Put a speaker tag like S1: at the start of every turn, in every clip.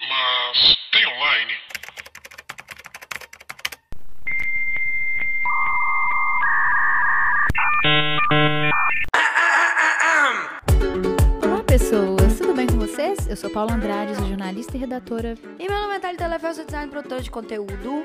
S1: Max. Tem online.
S2: Olá, pessoas! Tudo bem com vocês? Eu sou Paula Andrade, sou jornalista e redatora.
S3: E meu nome é Thalita Lefel, sou design produtor de conteúdo.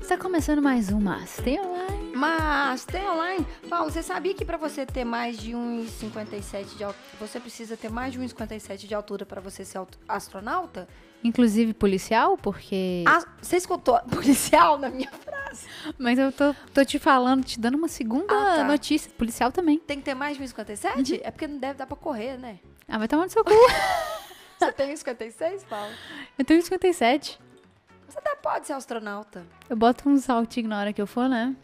S2: Está começando mais um Mas Tem Online.
S3: Mas tem online. Paulo, você sabia que pra você ter mais de 1,57 de altura, você precisa ter mais de 1,57 de altura pra você ser aut- astronauta?
S2: Inclusive policial, porque...
S3: Ah, você escutou policial na minha frase?
S2: Ah, Mas eu tô, tô te falando, te dando uma segunda
S3: Ah, tá.
S2: notícia. Policial também.
S3: Tem que ter mais de 1,57? É porque não deve dar pra correr, né?
S2: Ah, vai tomar no seu cu.
S3: Você tem 1,56, Paulo?
S2: Eu tenho 57.
S3: Você até pode ser astronauta.
S2: Eu boto um saltinho na hora que eu for, né?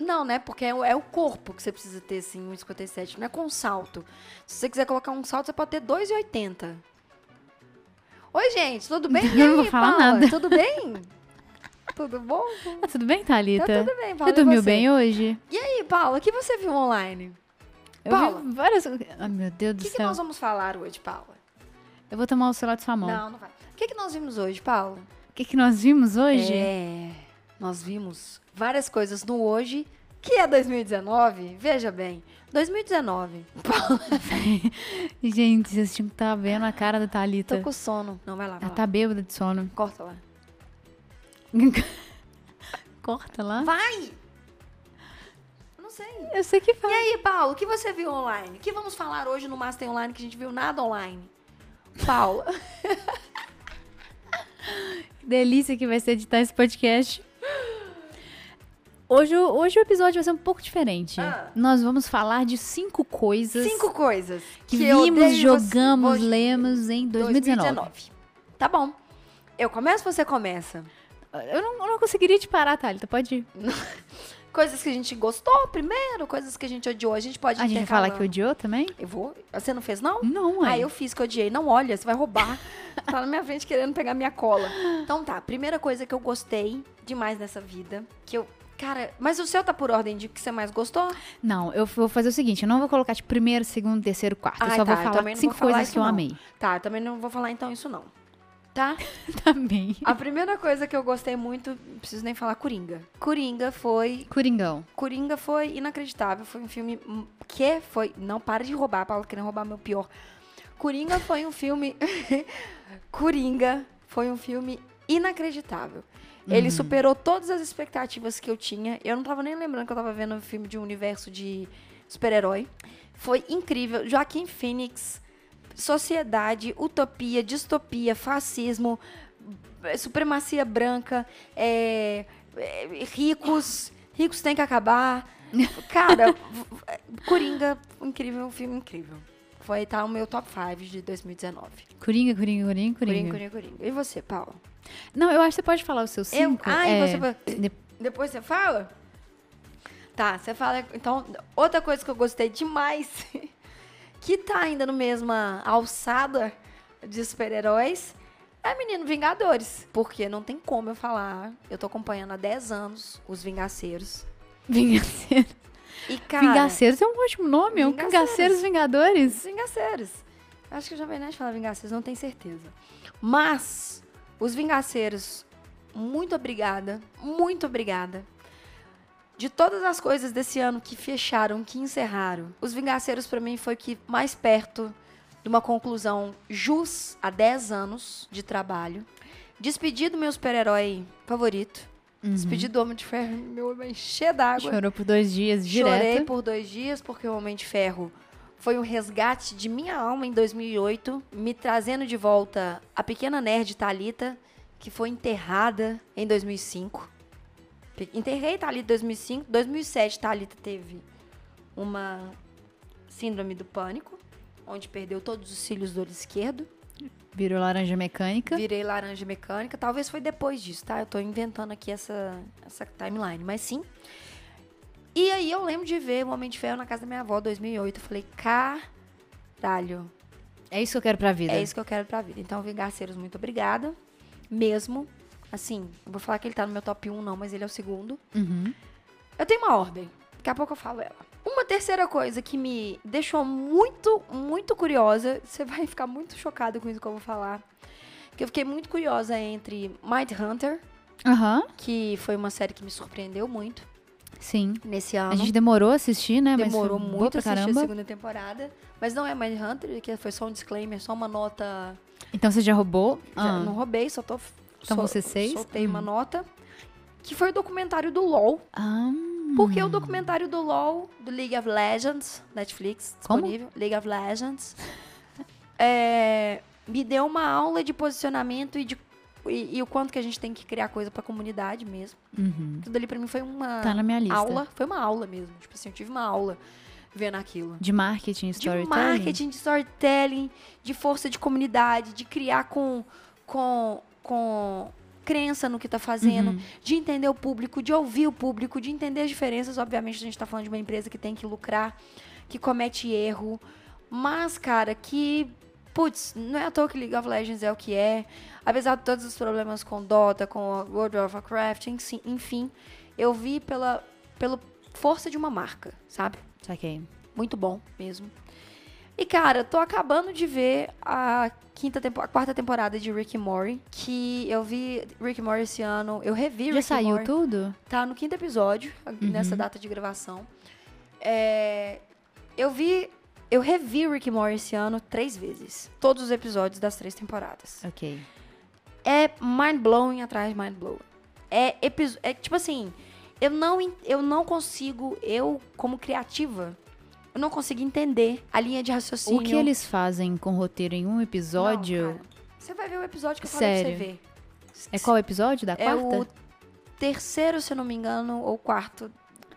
S3: Não, né? Porque é o, é o corpo que você precisa ter, assim, 1,57. Não é com salto. Se você quiser colocar um salto, você pode ter 2,80. Oi, gente, tudo bem?
S2: Eu
S3: E
S2: não vou
S3: aí,
S2: falar
S3: Paula?
S2: nada.
S3: Tudo bem? tudo bom?
S2: Tá tudo bem, Thalita?
S3: Tá tudo bem, Paula.
S2: Você
S3: e
S2: dormiu
S3: você?
S2: bem hoje?
S3: E aí, Paula, o que você viu online?
S2: Eu
S3: Paula.
S2: vi várias... Ai, meu Deus
S3: O
S2: do
S3: que, que
S2: céu.
S3: nós vamos falar hoje, Paula?
S2: Eu vou tomar o celular de sua mão.
S3: Não, não vai. O que, que nós vimos hoje, Paula?
S2: O que, que nós vimos hoje?
S3: É, nós vimos várias coisas no hoje, que é 2019. Veja bem, 2019.
S2: Gente, vocês tinham que estar vendo a cara da Thalita.
S3: Tô com sono. Não, vai lá, vai
S2: Ela
S3: lá.
S2: Então. tá bêbada de sono.
S3: Corta lá.
S2: Corta lá.
S3: Vai! Eu Não sei.
S2: Eu sei que
S3: E
S2: vai.
S3: aí, Paulo, o que você viu online? O que vamos falar hoje no Master Online que a gente viu nada online? Paula.
S2: Que delícia que vai ser editar esse podcast. Hoje, o- hoje o episódio vai ser um pouco diferente.
S3: Ah.
S2: Nós vamos falar de cinco coisas
S3: Cinco coisas
S2: que,
S3: eu
S2: vimos,
S3: odeio em
S2: jogamos,
S3: você-
S2: lemos em 2019.
S3: 2019. Tá bom. Eu começo, você começa.
S2: Eu, não, eu não conseguiria te parar, Thalita. Pode ir.
S3: Coisas que a gente gostou primeiro, coisas que a gente odiou. A gente pode
S2: A gente vai falar que
S3: intercalando.
S2: odiou também?
S3: Eu vou. Você não fez, não?
S2: Não, ué.
S3: Ah, eu fiz que eu odiei. Não olha, você vai roubar. tá na minha frente querendo pegar minha cola. Então tá, primeira coisa que eu gostei demais nessa vida, que eu. Cara, mas o seu tá por ordem de que você mais gostou?
S2: Não, eu vou fazer o seguinte. Eu não vou colocar de primeiro, segundo, terceiro, quarto. eu
S3: Ai,
S2: só
S3: tá, eu
S2: vou falar
S3: também não
S2: cinco
S3: vou falar
S2: coisas
S3: isso
S2: que eu
S3: não.
S2: amei.
S3: Tá, eu também não vou falar então isso não. Tá?
S2: Também.
S3: A primeira coisa que eu gostei muito, não preciso nem falar Coringa. Coringa foi.
S2: Coringão.
S3: Coringa foi inacreditável. Foi um filme hum, que foi. Não, para de roubar, Paulo, querendo roubar meu pior. Coringa foi um filme. Coringa foi um filme inacreditável. Ele superou todas as expectativas que eu tinha. Eu não tava nem lembrando que eu tava vendo um filme de um universo de super-herói. Foi incrível. Joaquim Phoenix, sociedade, utopia, distopia, fascismo, eh, supremacia branca, eh, eh, ricos, ricos têm que acabar. Cara, v- v- Coringa, incrível, um filme incrível. Foi tá, o meu top 5 de 2019.
S2: Coringa, Coringa, Coringa,
S3: Coringa,
S2: Coringa.
S3: Coringa, Coringa. E você, Paulo?
S2: Não, eu acho que você pode falar os seus
S3: Eu-
S2: cinco.
S3: Ah, e
S2: é,
S3: você vai-
S2: de-
S3: Depois você fala? Tá, você fala. Então, outra coisa que eu gostei demais, que tá ainda no mesma alçada de super-heróis, é Menino Vingadores. Porque não tem como eu falar. Eu tô acompanhando há 10 anos os Vingaceiros.
S2: Vingaceiro.
S3: E, cara.
S2: Vingaceiros é um ótimo nome. é um
S3: Vingaceiros.
S2: Vingaceiros Vingadores.
S3: Os Vingaceiros. Acho que eu já Nerd fala Vingaceiros, não tenho certeza. Mas, os Vingaceiros, muito obrigada, muito obrigada. De todas as coisas desse ano que fecharam, que encerraram, os Vingaceiros pra mim foi o que mais perto de uma conclusão jus a 10 anos de trabalho. Despedi do meu super-herói favorito. Despedi do Homem de Ferro, meu homem cheio d'água.
S2: Chorou por dois dias direto.
S3: Chorei por dois dias porque o Homem de Ferro foi um resgate de minha alma em 2008, me trazendo de volta a pequena nerd Thalita, que foi enterrada em 2005. Pe- Enterrei Thalita em 2005. 2007, Thalita teve uma síndrome do pânico, onde perdeu todos os cílios do olho esquerdo.
S2: Virou laranja mecânica.
S3: Virei laranja mecânica. Talvez foi depois disso, tá? Eu tô inventando aqui essa, essa timeline, mas sim. E aí eu lembro de ver o Homem de Ferro na casa da minha avó, 2008. Eu falei, caralho,
S2: É isso que eu quero pra vida.
S3: é isso que eu quero pra vida. Então, Vingaceiros, muito obrigada. Mesmo, assim, eu vou falar que ele tá no meu top 1 não, mas ele é o segundo.
S2: Uhum.
S3: Eu tenho uma ordem. Daqui a pouco eu falo ela. Uma terceira coisa que me deixou muito, muito curiosa, você vai ficar muito chocado com isso que eu vou falar, Porque eu fiquei muito curiosa entre Mindhunter,
S2: Aham,
S3: que foi uma série que me surpreendeu muito
S2: sim.
S3: nesse
S2: A
S3: ano.
S2: gente demorou a assistir, né?
S3: Demorou
S2: Mas foi boa
S3: muito
S2: pra
S3: assistir
S2: caramba.
S3: a segunda temporada. Mas não é Mindhunter, que foi só um disclaimer, só uma nota.
S2: Então você já roubou?
S3: Já
S2: Ah.
S3: não roubei, só tô.
S2: Então
S3: sol-
S2: você fez?
S3: Soltei
S2: Hum.
S3: uma nota. Que foi o documentário do LOL.
S2: Ah,
S3: Porque o documentário do LoL, do League of Legends, Netflix,
S2: Como?
S3: disponível, League of Legends, é, me deu uma aula de posicionamento e, de, e, e o quanto que a gente tem que criar coisa pra comunidade mesmo.
S2: uhum.
S3: Tudo ali pra mim foi uma
S2: Tá na minha lista.
S3: Ah, aula, foi uma aula mesmo. Tipo assim, eu tive uma aula vendo aquilo.
S2: De marketing,
S3: De
S2: storytelling?
S3: marketing, de storytelling, de força de comunidade, de criar com, com, com crença no que tá fazendo,
S2: Uhum.
S3: de entender o público, de ouvir o público, de entender as diferenças. Obviamente, a gente tá falando de uma empresa que tem que lucrar, que comete erro. Mas, cara, que. Putz, não é à toa que League of Legends é o que é. Apesar de todos os problemas com Dota, com World of Warcraft, enfim- enfim, eu vi pela, pela força de uma marca, sabe?
S2: Saquei.
S3: Muito bom mesmo. E, cara, tô acabando de ver a, quinta tempo, a quarta temporada de Rick and Morty, que eu vi Rick and Morty esse ano. Eu
S2: Já
S3: revi Rick and
S2: saiu Uhum.
S3: Morty.
S2: tudo?
S3: Tá no quinto episódio, nessa data de gravação. É, eu vi... Eu revi Rick and Morty esse ano três vezes. Todos os episódios das três temporadas.
S2: Ok.
S3: É mind-blowing atrás de mind-blowing. É, episo- é tipo assim... Eu não, en- eu não consigo... Eu, como criativa... Eu não consigo entender a linha de raciocínio.
S2: O que eles fazem com roteiro em um
S3: Não,
S2: episódio?
S3: cara. Você vai ver o episódio que eu falei
S2: Sério.
S3: pra você ver.
S2: é qual episódio? Da
S3: É
S2: quarta?
S3: o terceiro, se eu não me engano, ou quarto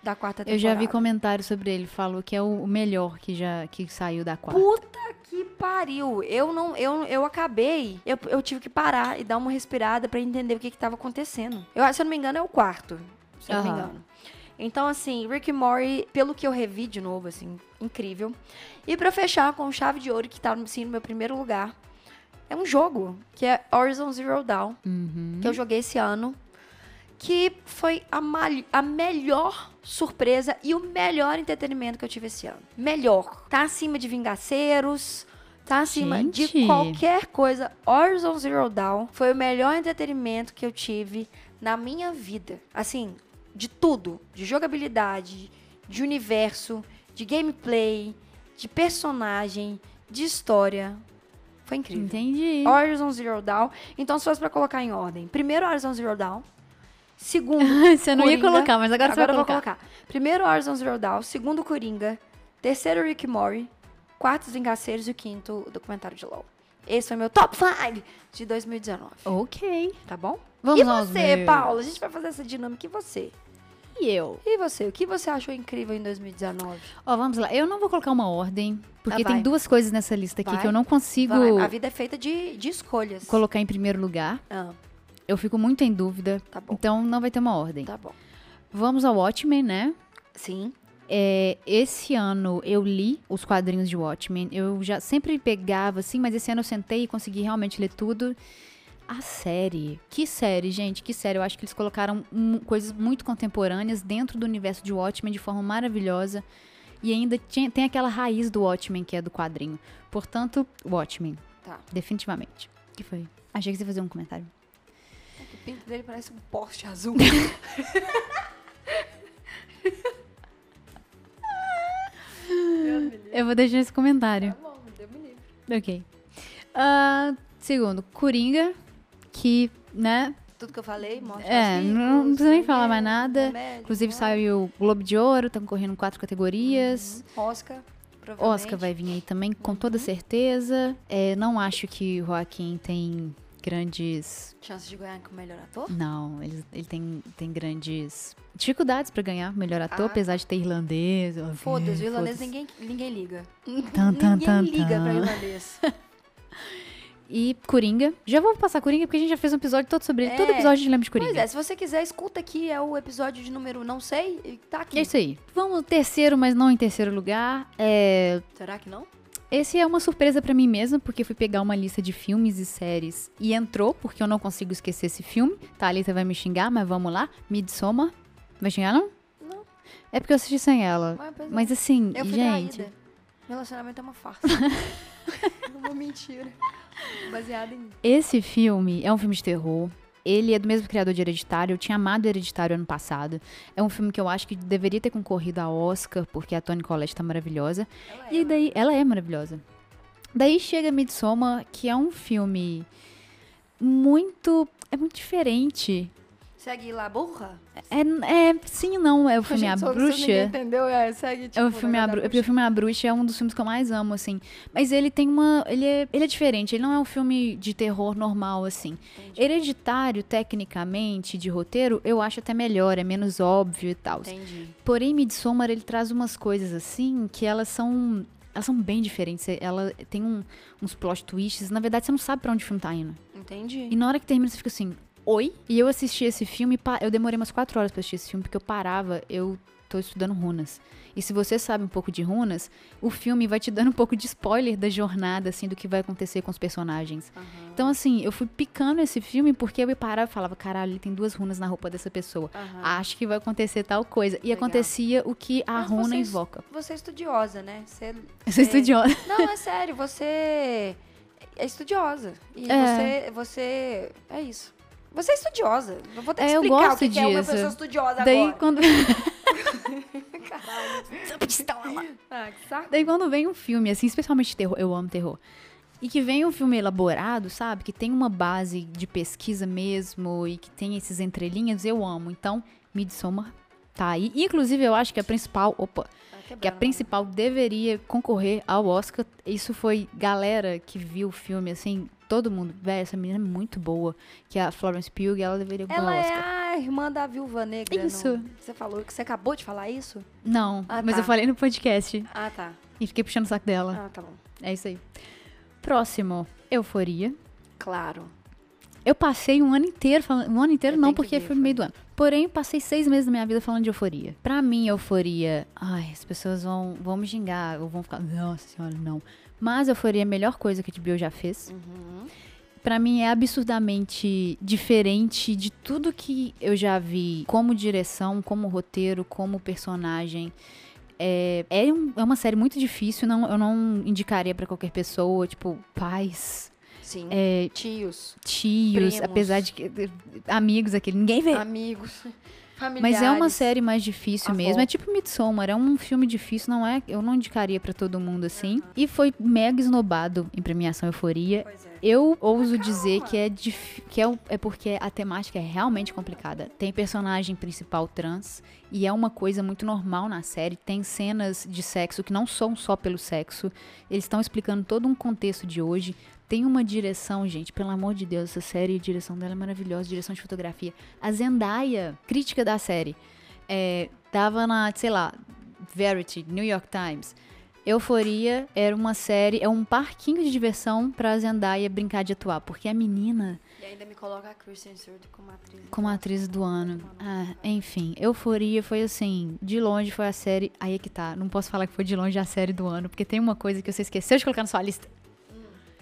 S3: da quarta temporada.
S2: Eu já vi comentários sobre ele. Falou que é o melhor que já que saiu da quarta.
S3: Puta que pariu! Eu não, eu, eu acabei, eu, eu tive que parar e dar uma respirada pra entender o que que tava acontecendo. Eu, acho, se eu não me engano, é o quarto, se eu não me
S2: Aham.
S3: engano. Então, assim, Rick and Morty, pelo que eu revi de novo, assim, incrível. E pra fechar com chave de ouro, que tá, assim, no meu primeiro lugar, é um jogo, que é Horizon Zero Dawn.
S2: Uhum.
S3: que eu joguei esse ano, que foi a, mal- a melhor surpresa e o melhor entretenimento que eu tive esse ano. Melhor. Tá acima de Vingaceiros, tá acima
S2: Gente.
S3: de qualquer coisa. Horizon Zero Dawn foi o melhor entretenimento que eu tive na minha vida. Assim, de tudo. De jogabilidade, de universo, de gameplay, de personagem, de história. Foi incrível.
S2: Entendi.
S3: Horizon Zero Dawn. Então, se fosse pra colocar em ordem. Primeiro, Horizon Zero Dawn. Segundo,
S2: você não ia
S3: Coringa.
S2: colocar, mas agora,
S3: agora
S2: você
S3: eu
S2: vai
S3: vou
S2: colocar.
S3: colocar. Primeiro, Horizon Zero Dawn. Segundo, Coringa. Terceiro, Rick Mori. Quarto, Os Vingaceiros. E o quinto, o documentário de LOL. Esse foi meu top 5 de 2019.
S2: Ok.
S3: Tá bom?
S2: Vamos
S3: e
S2: aos
S3: você,
S2: meus.
S3: Paula? A gente vai fazer essa dinâmica. E você?
S2: E eu?
S3: E você? O que você achou incrível em 2019?
S2: Ó, vamos lá. Eu não vou colocar uma ordem, porque
S3: Ah, vai.
S2: tem duas coisas nessa lista aqui
S3: Vai.
S2: que eu não consigo
S3: Vai, a vida é feita de, de escolhas.
S2: colocar em primeiro lugar.
S3: Ah,
S2: Eu fico muito em dúvida,
S3: tá bom.
S2: então não vai ter uma ordem.
S3: Tá bom.
S2: Vamos ao Watchmen, né?
S3: Sim.
S2: É, esse ano eu li os quadrinhos de Watchmen. Eu já sempre pegava, assim, mas esse ano eu sentei e consegui realmente ler tudo. A série. Que série, gente, que série. Eu acho que eles colocaram mu- coisas muito contemporâneas dentro do universo de Watchmen de forma maravilhosa. E ainda tinha- tem aquela raiz do Watchmen, que é do quadrinho. Portanto, Watchmen.
S3: Tá.
S2: Definitivamente. O que foi? Achei que você ia fazer um comentário.
S3: O pinto dele parece um poste azul.
S2: Eu vou deixar esse comentário.
S3: Tá bom, deu me livre.
S2: Ok. Ah, segundo, Coringa, que, né,
S3: Tudo que eu falei, mostra
S2: É,
S3: as
S2: não- não precisa nem falar mais
S3: remédio,
S2: nada.
S3: remédio,
S2: Inclusive
S3: ó,
S2: saiu o Globo de Ouro, estão correndo quatro categorias.
S3: Oscar, provavelmente.
S2: Oscar vai vir aí também,
S3: Uhum.
S2: com toda certeza. É, não acho que o Joaquim tem grandes.
S3: Chance de ganhar com o melhor ator?
S2: Hum, Não, ele, ele tem, tem grandes dificuldades pra ganhar o melhor ator,
S3: Ah. tá.
S2: apesar de ter irlandês. ok,
S3: Foda-se, o irlandês
S2: foda-se.
S3: ninguém, ninguém liga.
S2: Tan, tan,
S3: ninguém
S2: tan,
S3: liga pra
S2: tan.
S3: irlandês.
S2: E Coringa. Já vou passar Coringa porque a gente já fez um episódio todo sobre ele.
S3: É.
S2: Todo episódio a gente lembra de Coringa.
S3: pois é, se você quiser, escuta aqui, é o episódio de número não sei, e
S2: E
S3: tá
S2: é
S3: aqui.
S2: isso aí. Vamos ao terceiro, mas não em terceiro lugar. É,
S3: Será que não?
S2: Esse é uma surpresa pra mim mesma, porque eu fui pegar uma lista de filmes e séries e entrou, porque eu não consigo esquecer esse filme. Thalita vai me xingar, mas vamos lá. Midsommar. Vai xingar, não?
S3: Não.
S2: É porque eu assisti sem ela.
S3: Mas, pois é.
S2: Mas assim,
S3: eu fui
S2: gente.
S3: traída. Relacionamento é uma farsa. não vou mentir. Baseado em.
S2: Esse filme é um filme de terror. Ele é do mesmo criador de Hereditário. Eu tinha amado Hereditário ano passado. É um filme que eu acho que deveria ter concorrido a Oscar, porque a Toni Collette tá maravilhosa.
S3: Ela é
S2: E daí, ela é maravilhosa. Daí chega Midsommar, que é um filme muito, é muito diferente.
S3: uma- Segue lá, burra?
S2: É, é sim não, é o filme A
S3: Gente, só- se Ninguém
S2: Bruxa.
S3: entendeu? É, segue tipo.
S2: É o filme
S3: na
S2: A
S3: verdade,
S2: Bruxa, porque o filme A Bruxa é um dos filmes que eu mais amo, assim. Mas ele tem uma, ele é, ele é diferente, ele não é um filme de terror normal, assim.
S3: Entendi.
S2: Hereditário, tecnicamente, de roteiro, eu acho até melhor, é menos óbvio e tal.
S3: Entendi.
S2: Porém, Midsommar, ele traz umas coisas assim que elas são. Elas são bem diferentes. Ela tem um- uns plot twists. Na verdade, você não sabe pra onde o filme tá indo. E
S3: Entendi.
S2: na hora que termina, você fica assim, oi? E eu assisti esse filme, pa- eu demorei umas quatro horas pra assistir esse filme, porque eu parava, eu tô estudando runas. E se você sabe um pouco de runas, o filme vai te dando um pouco de spoiler da jornada, assim, do que vai acontecer com os personagens.
S3: Aham.
S2: Então, assim, eu fui picando esse filme porque eu me parava e falava, caralho, ele tem duas runas na roupa dessa pessoa
S3: Aham.
S2: acho que vai acontecer tal coisa. E
S3: Legal.
S2: acontecia o que a
S3: Mas
S2: runa
S3: vocês-
S2: invoca.
S3: Você é estudiosa, né? Você,
S2: Eu sou estudiosa.
S3: Não, é sério, você é estudiosa. E
S2: É.
S3: você, você. É isso. Você é estudiosa. Eu vou ter que
S2: É, eu
S3: explicar o
S2: gosto
S3: que, que é uma
S2: disso.
S3: pessoa estudiosa
S2: Daí
S3: agora.
S2: quando,
S3: Ah, que saco.
S2: daí quando vem um filme, assim, especialmente terror, eu amo terror. E que vem um filme elaborado, sabe? Que tem uma base de pesquisa mesmo e que tem esses entrelinhas, eu amo. Então, Midsommar tá aí. Inclusive, eu acho que a principal. Opa!
S3: Tá
S2: que a
S3: quebrando.
S2: principal deveria concorrer ao Oscar. Isso foi galera que viu o filme, assim, todo mundo. Véi, essa menina é muito boa. Que é a Florence Pugh, ela deveria ganhar
S3: Ela
S2: o Oscar.
S3: é a irmã da viúva negra. não-
S2: Isso.
S3: Você falou que você acabou de falar isso?
S2: Não,
S3: Ah,
S2: mas
S3: tá.
S2: eu falei no podcast
S3: Ah, tá.
S2: e fiquei puxando o saco dela.
S3: Ah, tá bom.
S2: É isso aí. Próximo, Euforia.
S3: Claro.
S2: Eu passei um ano inteiro falando. Um ano inteiro
S3: Eu
S2: não,
S3: tenho que
S2: porque
S3: ver,
S2: foi no meio do ano. Porém, passei seis meses da minha vida falando de euforia. Pra mim, euforia. Ai, as pessoas vão, vão me xingar ou vão ficar. Nossa senhora, não. Mas euforia é a melhor coisa que a HBO já fez.
S3: Uhum.
S2: Pra mim é absurdamente diferente de tudo que eu já vi como direção, como roteiro, como personagem. É, é, um- é uma série muito difícil, não, eu não indicaria pra qualquer pessoa, tipo, pais,
S3: Sim.
S2: é,
S3: Tios,
S2: tios,
S3: Primos.
S2: apesar de que. de- amigos aquele, ninguém vê.
S3: amigos, familiares.
S2: É. Mas é uma série mais difícil
S3: avó.
S2: mesmo. É tipo Midsommar, é um filme difícil, não é? Eu não indicaria pra todo mundo assim. E foi mega esnobado em premiação Euforia.
S3: Pois é.
S2: Eu ouso dizer que é, dif- que é, o- é porque a temática é realmente complicada. Tem personagem principal trans e é uma coisa muito normal na série. Tem cenas de sexo que não são só pelo sexo. Eles estão explicando todo um contexto de hoje. Tem uma direção, gente, pelo amor de Deus, essa série, a direção dela é maravilhosa, direção de fotografia. A Zendaya, crítica da série, é, tava na, sei lá, Verity, New York Times. Euforia era uma série, é um parquinho de diversão pra Zendaya brincar de atuar, porque a menina,
S3: E ainda me coloca a Kristen Stewart como atriz.
S2: como atriz do ano, ah, enfim, Euforia foi assim, de longe foi a série, aí é que tá, não posso falar que foi de longe a série do ano, porque tem uma coisa que você esqueceu de colocar na sua lista.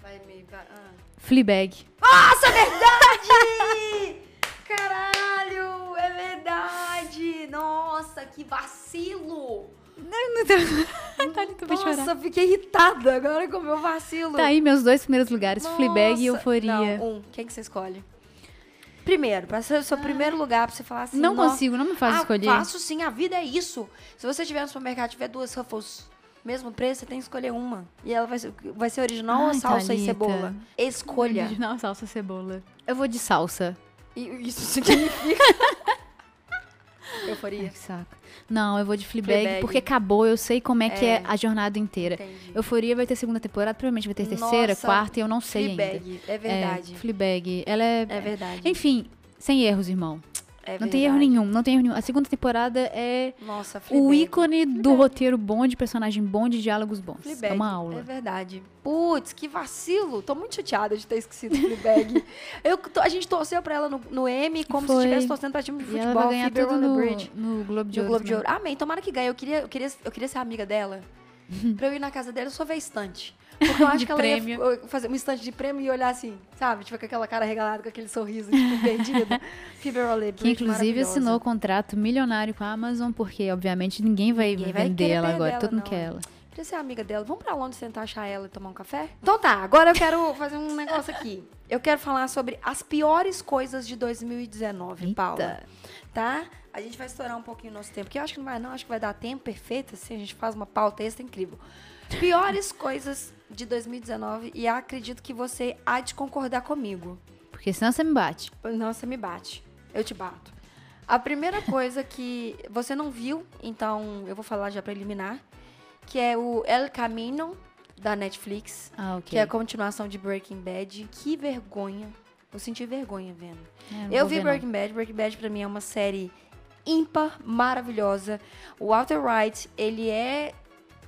S3: Vai me... Vai, ah.
S2: Fleabag.
S3: Nossa, É verdade! Caralho, é verdade! Nossa, que vacilo!
S2: Natália, tu vai chorar.
S3: Nossa, fiquei irritada agora com o meu vacilo.
S2: Tá aí meus dois primeiros lugares,
S3: Nossa.
S2: Fleabag e Euforia. Não,
S3: Não, um. Quem que você escolhe? Primeiro, pra ser o seu primeiro lugar, pra você falar assim... "Nossa,
S2: consigo, Ah. não me faz
S3: ah,
S2: escolher.
S3: faço sim, a vida é isso. Se você tiver no supermercado e tiver duas Ruffles, mesmo preço, você tem que escolher uma. E ela vai ser, vai ser original ou
S2: Ai,
S3: salsa e
S2: Thalita.
S3: cebola? Escolha.
S2: Original salsa cebola. Eu vou de salsa.
S3: E isso significa... Euforia.
S2: Ai, que saco. Não, eu vou de Fleabag,
S3: Fleabag.
S2: porque acabou, eu sei como é, que é a jornada inteira.
S3: Entendi.
S2: Euforia vai ter segunda temporada, provavelmente vai ter terceira,
S3: Nossa,
S2: quarta, e eu não sei ainda.
S3: Fleabag, é verdade.
S2: É, Fleabag, ela é...
S3: É, verdade.
S2: Enfim, sem erros, irmão.
S3: é
S2: não tem erro
S3: verdade.
S2: nenhum, não tem erro nenhum. A segunda temporada é
S3: Nossa, Fleabag.
S2: o ícone do roteiro bom, de personagem bom, de diálogos bons. É
S3: Fleabag,
S2: uma aula.
S3: É verdade. Putz, que vacilo. Tô muito chateada de ter esquecido Fleabag. Eu, tô- a gente torceu pra ela no, no M, como se
S2: Foi.
S3: estivesse torcendo pra time de
S2: E ela vai
S3: futebol,
S2: ganhar
S3: Phoebe
S2: tudo
S3: on the
S2: no,
S3: Bridge.
S2: no Globo de
S3: No
S2: Ouro.
S3: Globo de
S2: também.
S3: Ouro. Amém, tomara que ganhe. Eu queria, eu queria, eu queria ser amiga dela. pra eu ir na casa dela e só ver a estante. Porque eu acho
S2: De
S3: que ela ia
S2: prêmio.
S3: f- fazer uma estante de prêmio e olhar assim, sabe? Tipo, com aquela cara regalada, com aquele sorriso, tipo, perdido. Phoebe on the Bridge,
S2: Que inclusive
S3: maravilhosa.
S2: assinou contrato milionário com a Amazon, porque obviamente ninguém vai
S3: Ninguém vai
S2: vender
S3: querer
S2: ela
S3: perder
S2: agora,
S3: ela,
S2: todo mundo
S3: não,
S2: quer
S3: é.
S2: ela.
S3: Quer ser amiga dela? Vamos pra Londres tentar achar ela e tomar um café? Então tá, agora eu quero fazer um negócio aqui. Eu quero falar sobre as piores coisas de 2019,
S2: Eita.
S3: Paula. Tá? A gente vai estourar um pouquinho o nosso tempo, que eu acho que não vai não, acho que vai dar tempo perfeito, assim, a gente faz uma pauta extra incrível. Piores coisas de 2019 e acredito que você há de concordar comigo.
S2: Porque senão você me bate.
S3: Não, você me bate. Eu te bato. A primeira coisa que você não viu, então eu vou falar já pra eliminar, que é o El Camino da Netflix,
S2: Ah, ok.
S3: que é a continuação de Breaking Bad. Que vergonha. Eu senti vergonha vendo.
S2: É, não
S3: Eu
S2: vou ver,
S3: vi
S2: não.
S3: Breaking Bad. Breaking Bad pra mim é uma série ímpar, maravilhosa. O Walter White, ele é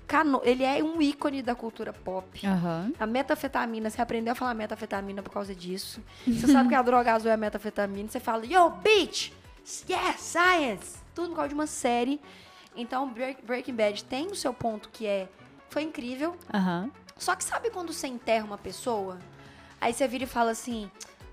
S3: cano... ele é um ícone da cultura pop.
S2: Aham.
S3: A metafetamina, você aprendeu a falar metafetamina por causa disso. Você sabe que a droga azul é a metafetamina. Você fala, yo, bitch! Yeah, science! Tudo por causa de uma série. Então, Break- Breaking Bad tem o seu ponto que é... Foi incrível.
S2: Aham.
S3: Só que sabe quando você enterra uma pessoa? Aí você vira e fala assim...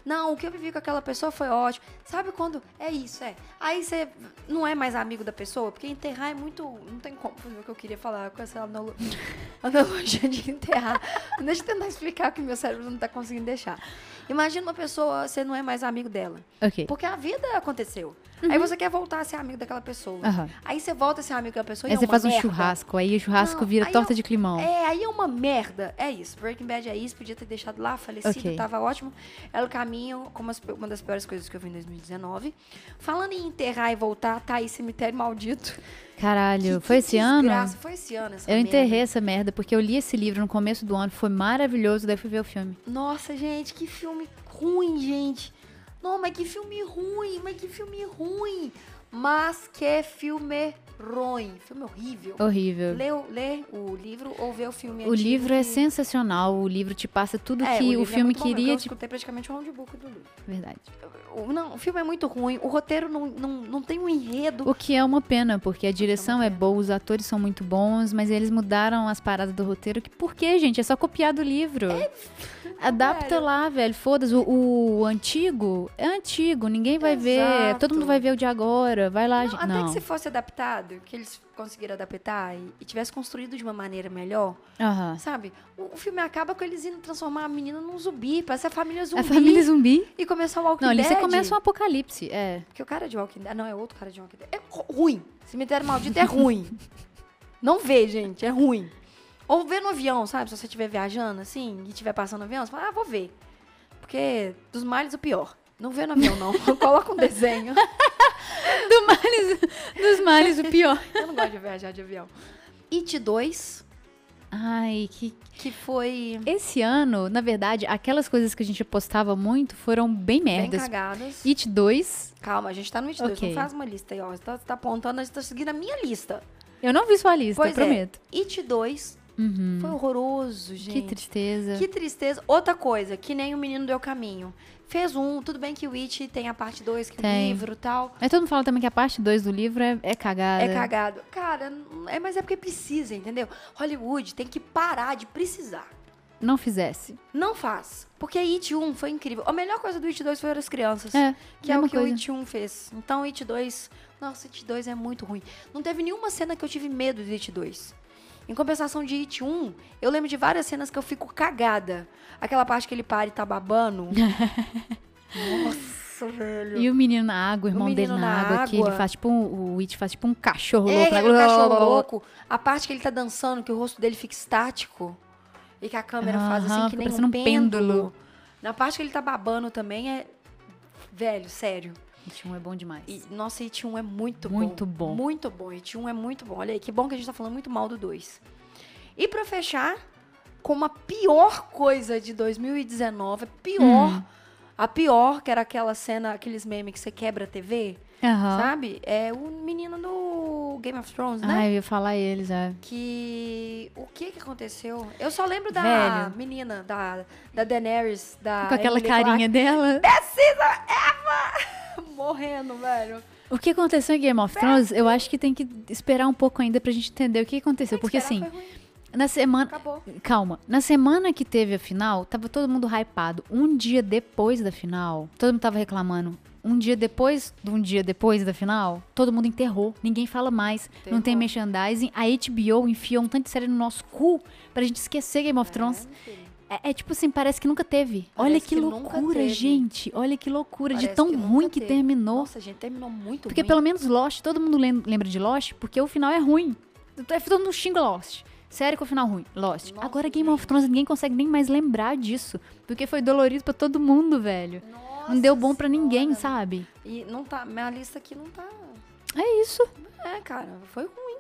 S3: Não, o que eu vivi com aquela pessoa foi ótimo. Sabe quando... É isso, é. Aí você não é mais amigo da pessoa. Porque enterrar é muito... Não tem como fazer o que eu queria falar com essa analo- analogia de enterrar. Deixa eu tentar explicar que meu cérebro não tá conseguindo deixar. Imagina uma pessoa... Você não é mais amigo dela.
S2: Ok.
S3: Porque a vida aconteceu. Aí você quer voltar a ser amigo daquela pessoa.
S2: Uhum. Aham.
S3: Aí você volta a ser amigo da pessoa e
S2: Aí
S3: é
S2: você
S3: uma
S2: faz um
S3: merda.
S2: churrasco, aí o churrasco
S3: Não,
S2: vira
S3: aí
S2: torta
S3: eu-
S2: de climão.
S3: É, aí é uma merda. É isso. Breaking Bad é isso. Podia ter deixado lá, falecido,
S2: Ok.
S3: tava ótimo. É o caminho, como as- uma das piores coisas que eu vi em 2019. Falando em enterrar e voltar, tá aí Cemitério Maldito.
S2: Caralho,
S3: Que-
S2: foi
S3: que
S2: esse ano?
S3: desgraça. Foi esse ano essa
S2: Eu
S3: merda.
S2: enterrei essa merda porque eu li esse livro no começo do ano, foi maravilhoso, daí fui ver o filme.
S3: Nossa, gente, que filme ruim, gente. Não, mas que filme ruim, mas que filme ruim. Mas que filme ruim. Filme horrível.
S2: Horrível.
S3: Lê, o- lê o livro ou vê o filme
S2: O
S3: antigo
S2: livro é
S3: que-
S2: sensacional, o livro te passa tudo
S3: É,
S2: que
S3: livro
S2: o,
S3: é
S2: filme
S3: muito bom,
S2: queria
S3: Eu
S2: te.
S3: escutei praticamente o roundbook do livro.
S2: Verdade.
S3: O, não, o filme é muito ruim, o roteiro não, não, não tem um enredo.
S2: O que é uma pena, porque a direção é,
S3: pena.
S2: boa, os atores são muito bons, mas eles mudaram as paradas do roteiro. Que, por quê, gente? É só copiar do livro. Adapta
S3: É velho.
S2: lá, velho. Foda-se. O, o antigo é antigo, ninguém vai ver. Todo
S3: Exato.
S2: mundo vai ver o de agora. Vai lá,
S3: Não,
S2: gente.
S3: até
S2: Não.
S3: que se fosse adaptado, que eles conseguiram adaptar e, e tivesse construído de uma maneira melhor,
S2: Aham.
S3: sabe? O, o filme acaba com eles indo transformar a menina num zumbi, parece a família zumbi.
S2: A família zumbi?
S3: E começar o Walking
S2: Não, ali
S3: Dead.
S2: você começa um apocalipse. É.
S3: Porque o cara de Walking Dead... Não, é outro cara de Walking Dead. É ru- ruim. Cemitério Maldito é ruim. Não vê, gente. É ruim. Ou vê no avião, sabe? Se você estiver viajando, assim, e estiver passando no avião, você fala, ah, vou ver. Porque dos males, o pior. Não vê no avião, não. Coloca um desenho.
S2: Do males, dos males, o pior.
S3: Eu não gosto de viajar de avião. It 2,
S2: Ai, que
S3: que foi
S2: Esse ano, na verdade, aquelas coisas que a gente postava muito foram bem
S3: bem
S2: merdas.
S3: cagadas.
S2: It 2,
S3: Calma, a gente tá no It 2,
S2: Ok.
S3: não faz uma lista aí, ó. Você tá, você tá apontando, a gente tá seguindo a minha lista.
S2: eu não vi sua lista,
S3: Pois é.
S2: prometo.
S3: It 2
S2: Uhum.
S3: foi horroroso,
S2: Que
S3: gente.
S2: tristeza.
S3: Que tristeza. Outra coisa, que nem o menino deu caminho. Fez um, tudo bem que o It tem a parte 2, que é o
S2: Tem.
S3: livro e tal.
S2: Mas todo mundo fala também que a parte 2 do livro é, é cagada.
S3: É cagado. Cara, não- é, mas é porque precisa, entendeu? Hollywood tem que parar de precisar.
S2: Não fizesse.
S3: Não faz. Porque It 1 foi incrível. A melhor coisa do It 2 foi as crianças.
S2: É,
S3: Que é
S2: mesma
S3: o que
S2: coisa.
S3: o It 1 fez. Então, It 2... Nossa, It 2 é muito ruim. Não teve nenhuma cena que eu tive medo do It 2. Em compensação de It 1, eu lembro de várias cenas que eu fico cagada. Aquela parte que ele para e tá babando. Nossa, velho.
S2: E o menino na água, o
S3: O
S2: irmão dele na,
S3: menino na
S2: água, que
S3: água.
S2: ele faz tipo um, o It faz tipo um cachorro
S3: É,
S2: louco. né?
S3: ele é um cachorro louco. A parte que ele tá dançando, que o rosto dele fica estático. E que a câmera faz assim,
S2: Aham,
S3: que nem
S2: parecendo
S3: um
S2: um pêndulo.
S3: pêndulo. Na parte que ele tá babando também é... Velho, sério.
S2: It 1 é bom demais.
S3: E, nossa, It 1 é muito,
S2: Muito bom.
S3: Muito bom. It 1 é muito bom. Olha aí, que bom que a gente tá falando muito mal do 2. E pra fechar, com a pior coisa de 2019, pior,
S2: Hum.
S3: a pior, que era aquela cena, aqueles memes que você quebra a TV,
S2: Aham.
S3: sabe? É o menino do Game of Thrones, né?
S2: Ai, eu ia falar eles, é.
S3: Que. O que que aconteceu? Eu só lembro da
S2: Velho.
S3: menina, da, da Daenerys, da.
S2: Com aquela
S3: Emily
S2: carinha dela.
S3: Clarke, Morrendo, velho.
S2: O que aconteceu em Game of Thrones, eu acho que tem que esperar um pouco ainda pra gente entender o que aconteceu. Porque assim,
S3: Esperar foi ruim.
S2: na semana.
S3: Acabou.
S2: Calma, na semana que teve a final, tava todo mundo hypado. Um dia depois da final, todo mundo tava reclamando. um dia depois, de um dia depois da final, todo mundo enterrou. Ninguém fala mais. Não tem
S3: Enterrou.
S2: merchandising. A HBO enfiou um tanto de série no nosso cu pra gente esquecer Game of Thrones. É, é tipo assim, parece que nunca teve. Olha
S3: Parece
S2: que,
S3: que nunca
S2: loucura,
S3: teve.
S2: gente. Olha que loucura. de
S3: Parece
S2: tão
S3: que nunca
S2: ruim que
S3: teve.
S2: terminou.
S3: Nossa, gente, terminou muito
S2: Porque
S3: ruim.
S2: pelo menos Lost, todo mundo lem- lembra de Lost, porque o final é ruim. É, Todo mundo xinga Lost. Sério que o final é ruim? Lost.
S3: Nossa,
S2: Agora Game of Thrones ninguém consegue nem mais lembrar disso. Porque foi dolorido pra todo mundo, velho.
S3: Nossa
S2: não deu bom pra ninguém,
S3: Senhora.
S2: sabe?
S3: E não tá, minha lista aqui não tá.
S2: É isso.
S3: É, cara, foi ruim.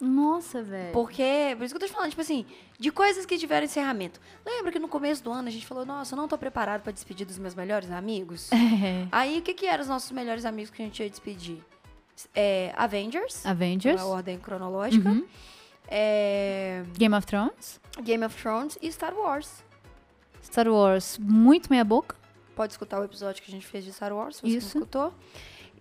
S2: Nossa, velho.
S3: Porque, por isso que eu tô te falando, tipo assim, de coisas que tiveram encerramento. Lembra que no começo do ano a gente falou, nossa, eu não tô preparado pra despedir dos meus melhores amigos?
S2: É.
S3: Aí, o que que eram os nossos melhores amigos que a gente ia despedir? É, Avengers,
S2: Avengers,
S3: na ordem cronológica.
S2: Uhum.
S3: É,
S2: Game of Thrones,
S3: Game of Thrones e Star Wars.
S2: Star Wars, muito meia boca.
S3: Pode escutar o episódio que a gente fez de Star Wars, se você
S2: Isso.
S3: não escutou.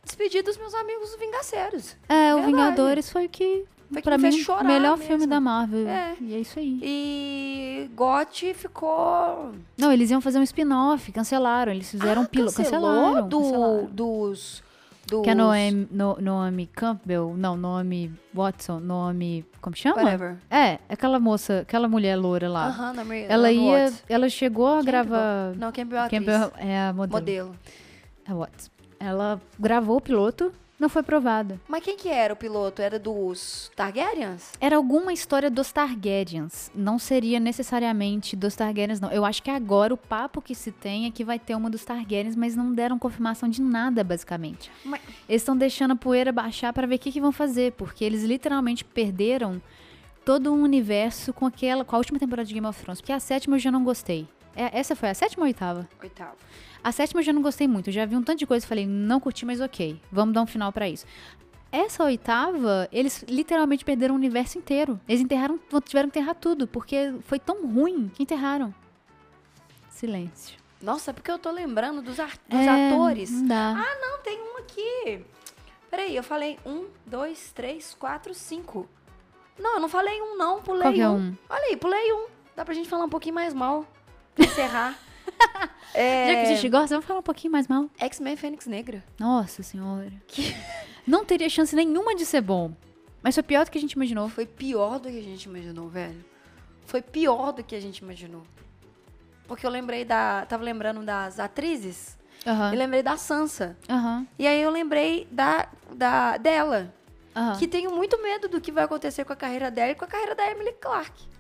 S3: Despedir dos meus amigos vingaceiros.
S2: É, o
S3: Verdade.
S2: Vingadores foi o que,
S3: Foi que
S2: pra
S3: me fez
S2: mim, o
S3: chorar
S2: melhor
S3: mesmo.
S2: filme da Marvel.
S3: É.
S2: E é isso aí.
S3: E Gotti ficou.
S2: Não, eles ião fazer um spin-off, cancelaram. Eles fizeram um piloto. Cancelaram.
S3: Ah, do,
S2: cancelaram.
S3: dos. dos
S2: Que a Noemi, no, Noemi Campbell, não, Noemi Watson, Noemi. Como chama?
S3: Whatever.
S2: É, aquela moça, aquela mulher loura lá.
S3: Aham, na Maria.
S2: Ela
S3: na
S2: ia.
S3: Watts.
S2: Ela chegou a gravar.
S3: Não, Campbell é a atriz.
S2: Campbell é a modelo.
S3: Modelo.
S2: A Watts. Ela gravou o piloto, não foi aprovado.
S3: Mas quem que era o piloto? Era dos Targaryens?
S2: Era alguma história dos Targaryens. Não seria necessariamente dos Targaryens, não. Eu acho que agora o papo que se tem é que vai ter uma dos Targaryens, mas não deram confirmação de nada, basicamente.
S3: Mas-
S2: Eles estão deixando a poeira baixar para ver o que, que vão fazer, porque eles literalmente perderam todo um universo com aquela com a última temporada de Game of Thrones, porque a sétima eu já não gostei. É, essa foi a sétima ou a oitava?
S3: Oitavo.
S2: A sétima eu já não gostei muito, já vi um tanto de coisa e falei, não curti, mas ok, vamos dar um final pra isso. Essa oitava, eles literalmente perderam o universo inteiro. Eles enterraram, tiveram que enterrar tudo, porque foi tão ruim que enterraram. Silêncio.
S3: Nossa, é porque eu tô lembrando dos, ar- dos
S2: É,
S3: atores.
S2: Não dá.
S3: Não, tem um aqui. Peraí, eu falei um, dois, três, quatro, cinco. Não, eu não falei um, não. Pulei
S2: Qual que é um?
S3: Olha aí, pulei um. Dá pra gente falar um pouquinho mais mal. pra Encerrar. é...
S2: Já que a gente gosta, vamos falar um pouquinho mais mal.
S3: X-Men Fênix Negra.
S2: Nossa senhora. Não teria chance nenhuma de ser bom. Mas foi pior do que a gente imaginou.
S3: Foi pior do que a gente imaginou, velho. Foi pior do que a gente imaginou. Porque eu lembrei da. Tava lembrando das atrizes. E
S2: Aham.
S3: lembrei da Sansa.
S2: Aham.
S3: E aí eu lembrei da, da dela.
S2: Aham.
S3: Que tenho muito medo do que vai acontecer com a carreira dela e com a carreira da Emily Clark.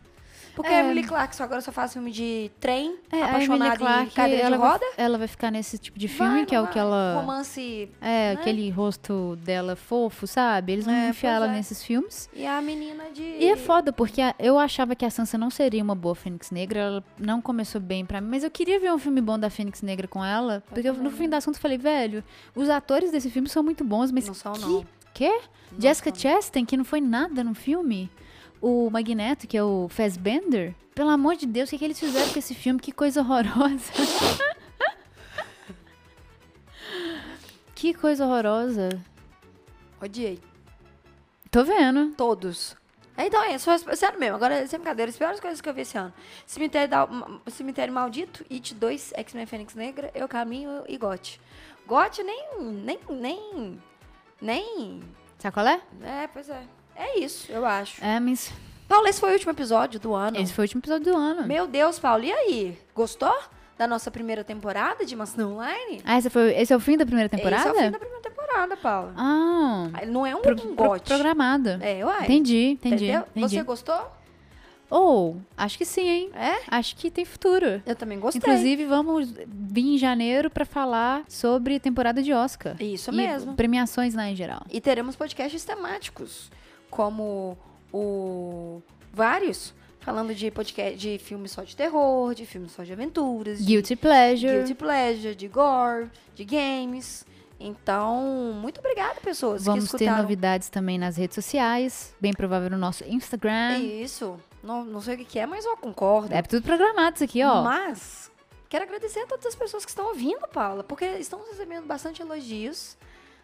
S3: Porque
S2: É.
S3: a Emily Clark só agora só faz filme de trem,
S2: É, a
S3: apaixonada
S2: Emilia Clarke,
S3: em cadeira de
S2: ela vai-
S3: roda.
S2: ela vai ficar nesse tipo de filme,
S3: Vai,
S2: que é
S3: não
S2: o que
S3: vai.
S2: ela.
S3: Romance.
S2: É,
S3: né?
S2: aquele rosto dela fofo, sabe? Eles vão
S3: É,
S2: enfiar
S3: pois
S2: ela
S3: é.
S2: nesses filmes.
S3: E a menina de.
S2: E é foda, porque a- eu achava que a Sansa não seria uma boa Fênix Negra, ela não começou bem pra mim, mas eu queria ver um filme bom da Fênix Negra com ela, porque eu, no fim do assunto eu falei, velho, os atores desse filme são muito bons, mas
S3: Não são,
S2: que...
S3: não.
S2: Quê?
S3: Não
S2: Jessica
S3: são,
S2: Chastain, que não foi nada no filme? O Magneto, que é o Fassbender? Pelo amor de Deus, o que, que eles fizeram com esse filme? Que coisa horrorosa. que coisa horrorosa.
S3: Odiei.
S2: Tô vendo.
S3: Todos. Então é, só, sério mesmo, agora é sem brincadeira, as piores coisas que eu vi esse ano. Cemitério, da- Cemitério Maldito, It 2, X-Men Fênix Negra, Eu Caminho e Gote. Gote nem. nem. nem. nem.
S2: Sabe qual é?
S3: É, pois é. É isso, eu acho.
S2: É, mas
S3: Paula, esse foi o último episódio do ano.
S2: esse foi o último episódio do ano.
S3: Meu Deus, Paula, e aí? Gostou da nossa primeira temporada de Maçã Online?
S2: Ah, esse, foi, esse é o fim da primeira temporada?
S3: Esse é o fim da primeira temporada, Paula.
S2: Ah,
S3: Ah, Não é um
S2: pro,
S3: gote.
S2: pro- programado.
S3: É, uai.
S2: Entendi, entendi.
S3: Entendeu?
S2: entendi.
S3: Você gostou?
S2: Ou, acho que sim, hein?
S3: É?
S2: Acho que tem futuro.
S3: Eu também gostei.
S2: Inclusive, vamos vir em janeiro pra falar sobre temporada de Oscar.
S3: Isso
S2: E
S3: mesmo.
S2: premiações lá em geral.
S3: E teremos podcasts temáticos, como o vários falando de podcast de filmes só de terror, de filmes só de aventuras, de
S2: Guilty Pleasure.
S3: guilty pleasure, de gore, de games. Então, muito obrigada pessoas
S2: Vamos
S3: que
S2: ter
S3: escutaram.
S2: novidades também nas redes sociais. Bem provável no nosso
S3: É
S2: Instagram.
S3: Isso. Não, não sei o que que é, mas eu concordo.
S2: É tudo programado isso aqui, ó.
S3: Mas quero agradecer a todas as pessoas que estão ouvindo, Paula, porque estamos recebendo bastante elogios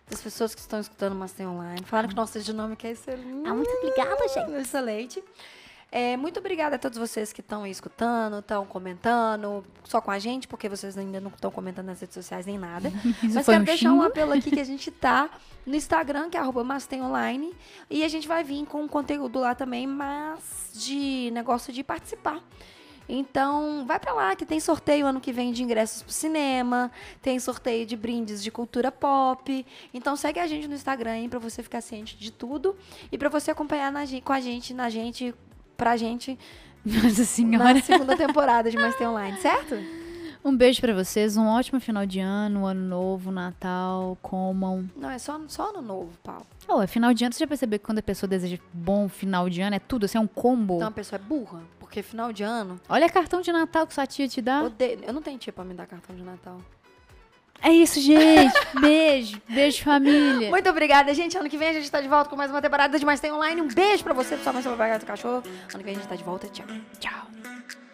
S3: das pessoas que estão escutando o Master Online. Falaram que nossa dinâmica é excelente.
S2: Ah, muito obrigada,
S3: Excelente. É, muito obrigada a todos vocês que estão aí escutando, estão comentando, só com a gente, porque vocês ainda não estão comentando nas redes sociais nem nada.
S2: Isso
S3: Mas
S2: foi
S3: quero
S2: um
S3: deixar um
S2: xingo?
S3: apelo aqui que a gente tá no Instagram, que é arroba mas tem online. E a gente vai vir com um conteúdo lá também, mas de negócio de participar. Então, vai pra lá que tem sorteio ano que vem de ingressos pro cinema, tem sorteio de brindes de cultura pop. Então segue a gente no Instagram aí pra você ficar ciente de tudo e pra você acompanhar na gen- com a gente, na gente, pra gente
S2: Nossa
S3: na
S2: senhora.
S3: segunda temporada de Mas Tem Online, certo?
S2: Um beijo pra vocês, um ótimo final de ano, um ano novo, Natal, comam.
S3: Não, é só, só no novo, Paulo.
S2: Oh, é final de ano, você já percebeu que quando a pessoa deseja bom final de ano, é tudo, assim, é um combo.
S3: Então a pessoa é burra, porque final de ano,
S2: Olha cartão de Natal que sua tia te dá.
S3: odeio- eu não tenho tia pra me dar cartão de Natal.
S2: É isso, gente. beijo, beijo família.
S3: Muito obrigada, gente. Ano que vem a gente tá de volta com mais uma temporada de Mais Tem Online. Um beijo pra você, pra sua mãe, seu papai, seu cachorro. Ano que vem a gente tá de volta. Tchau. Tchau.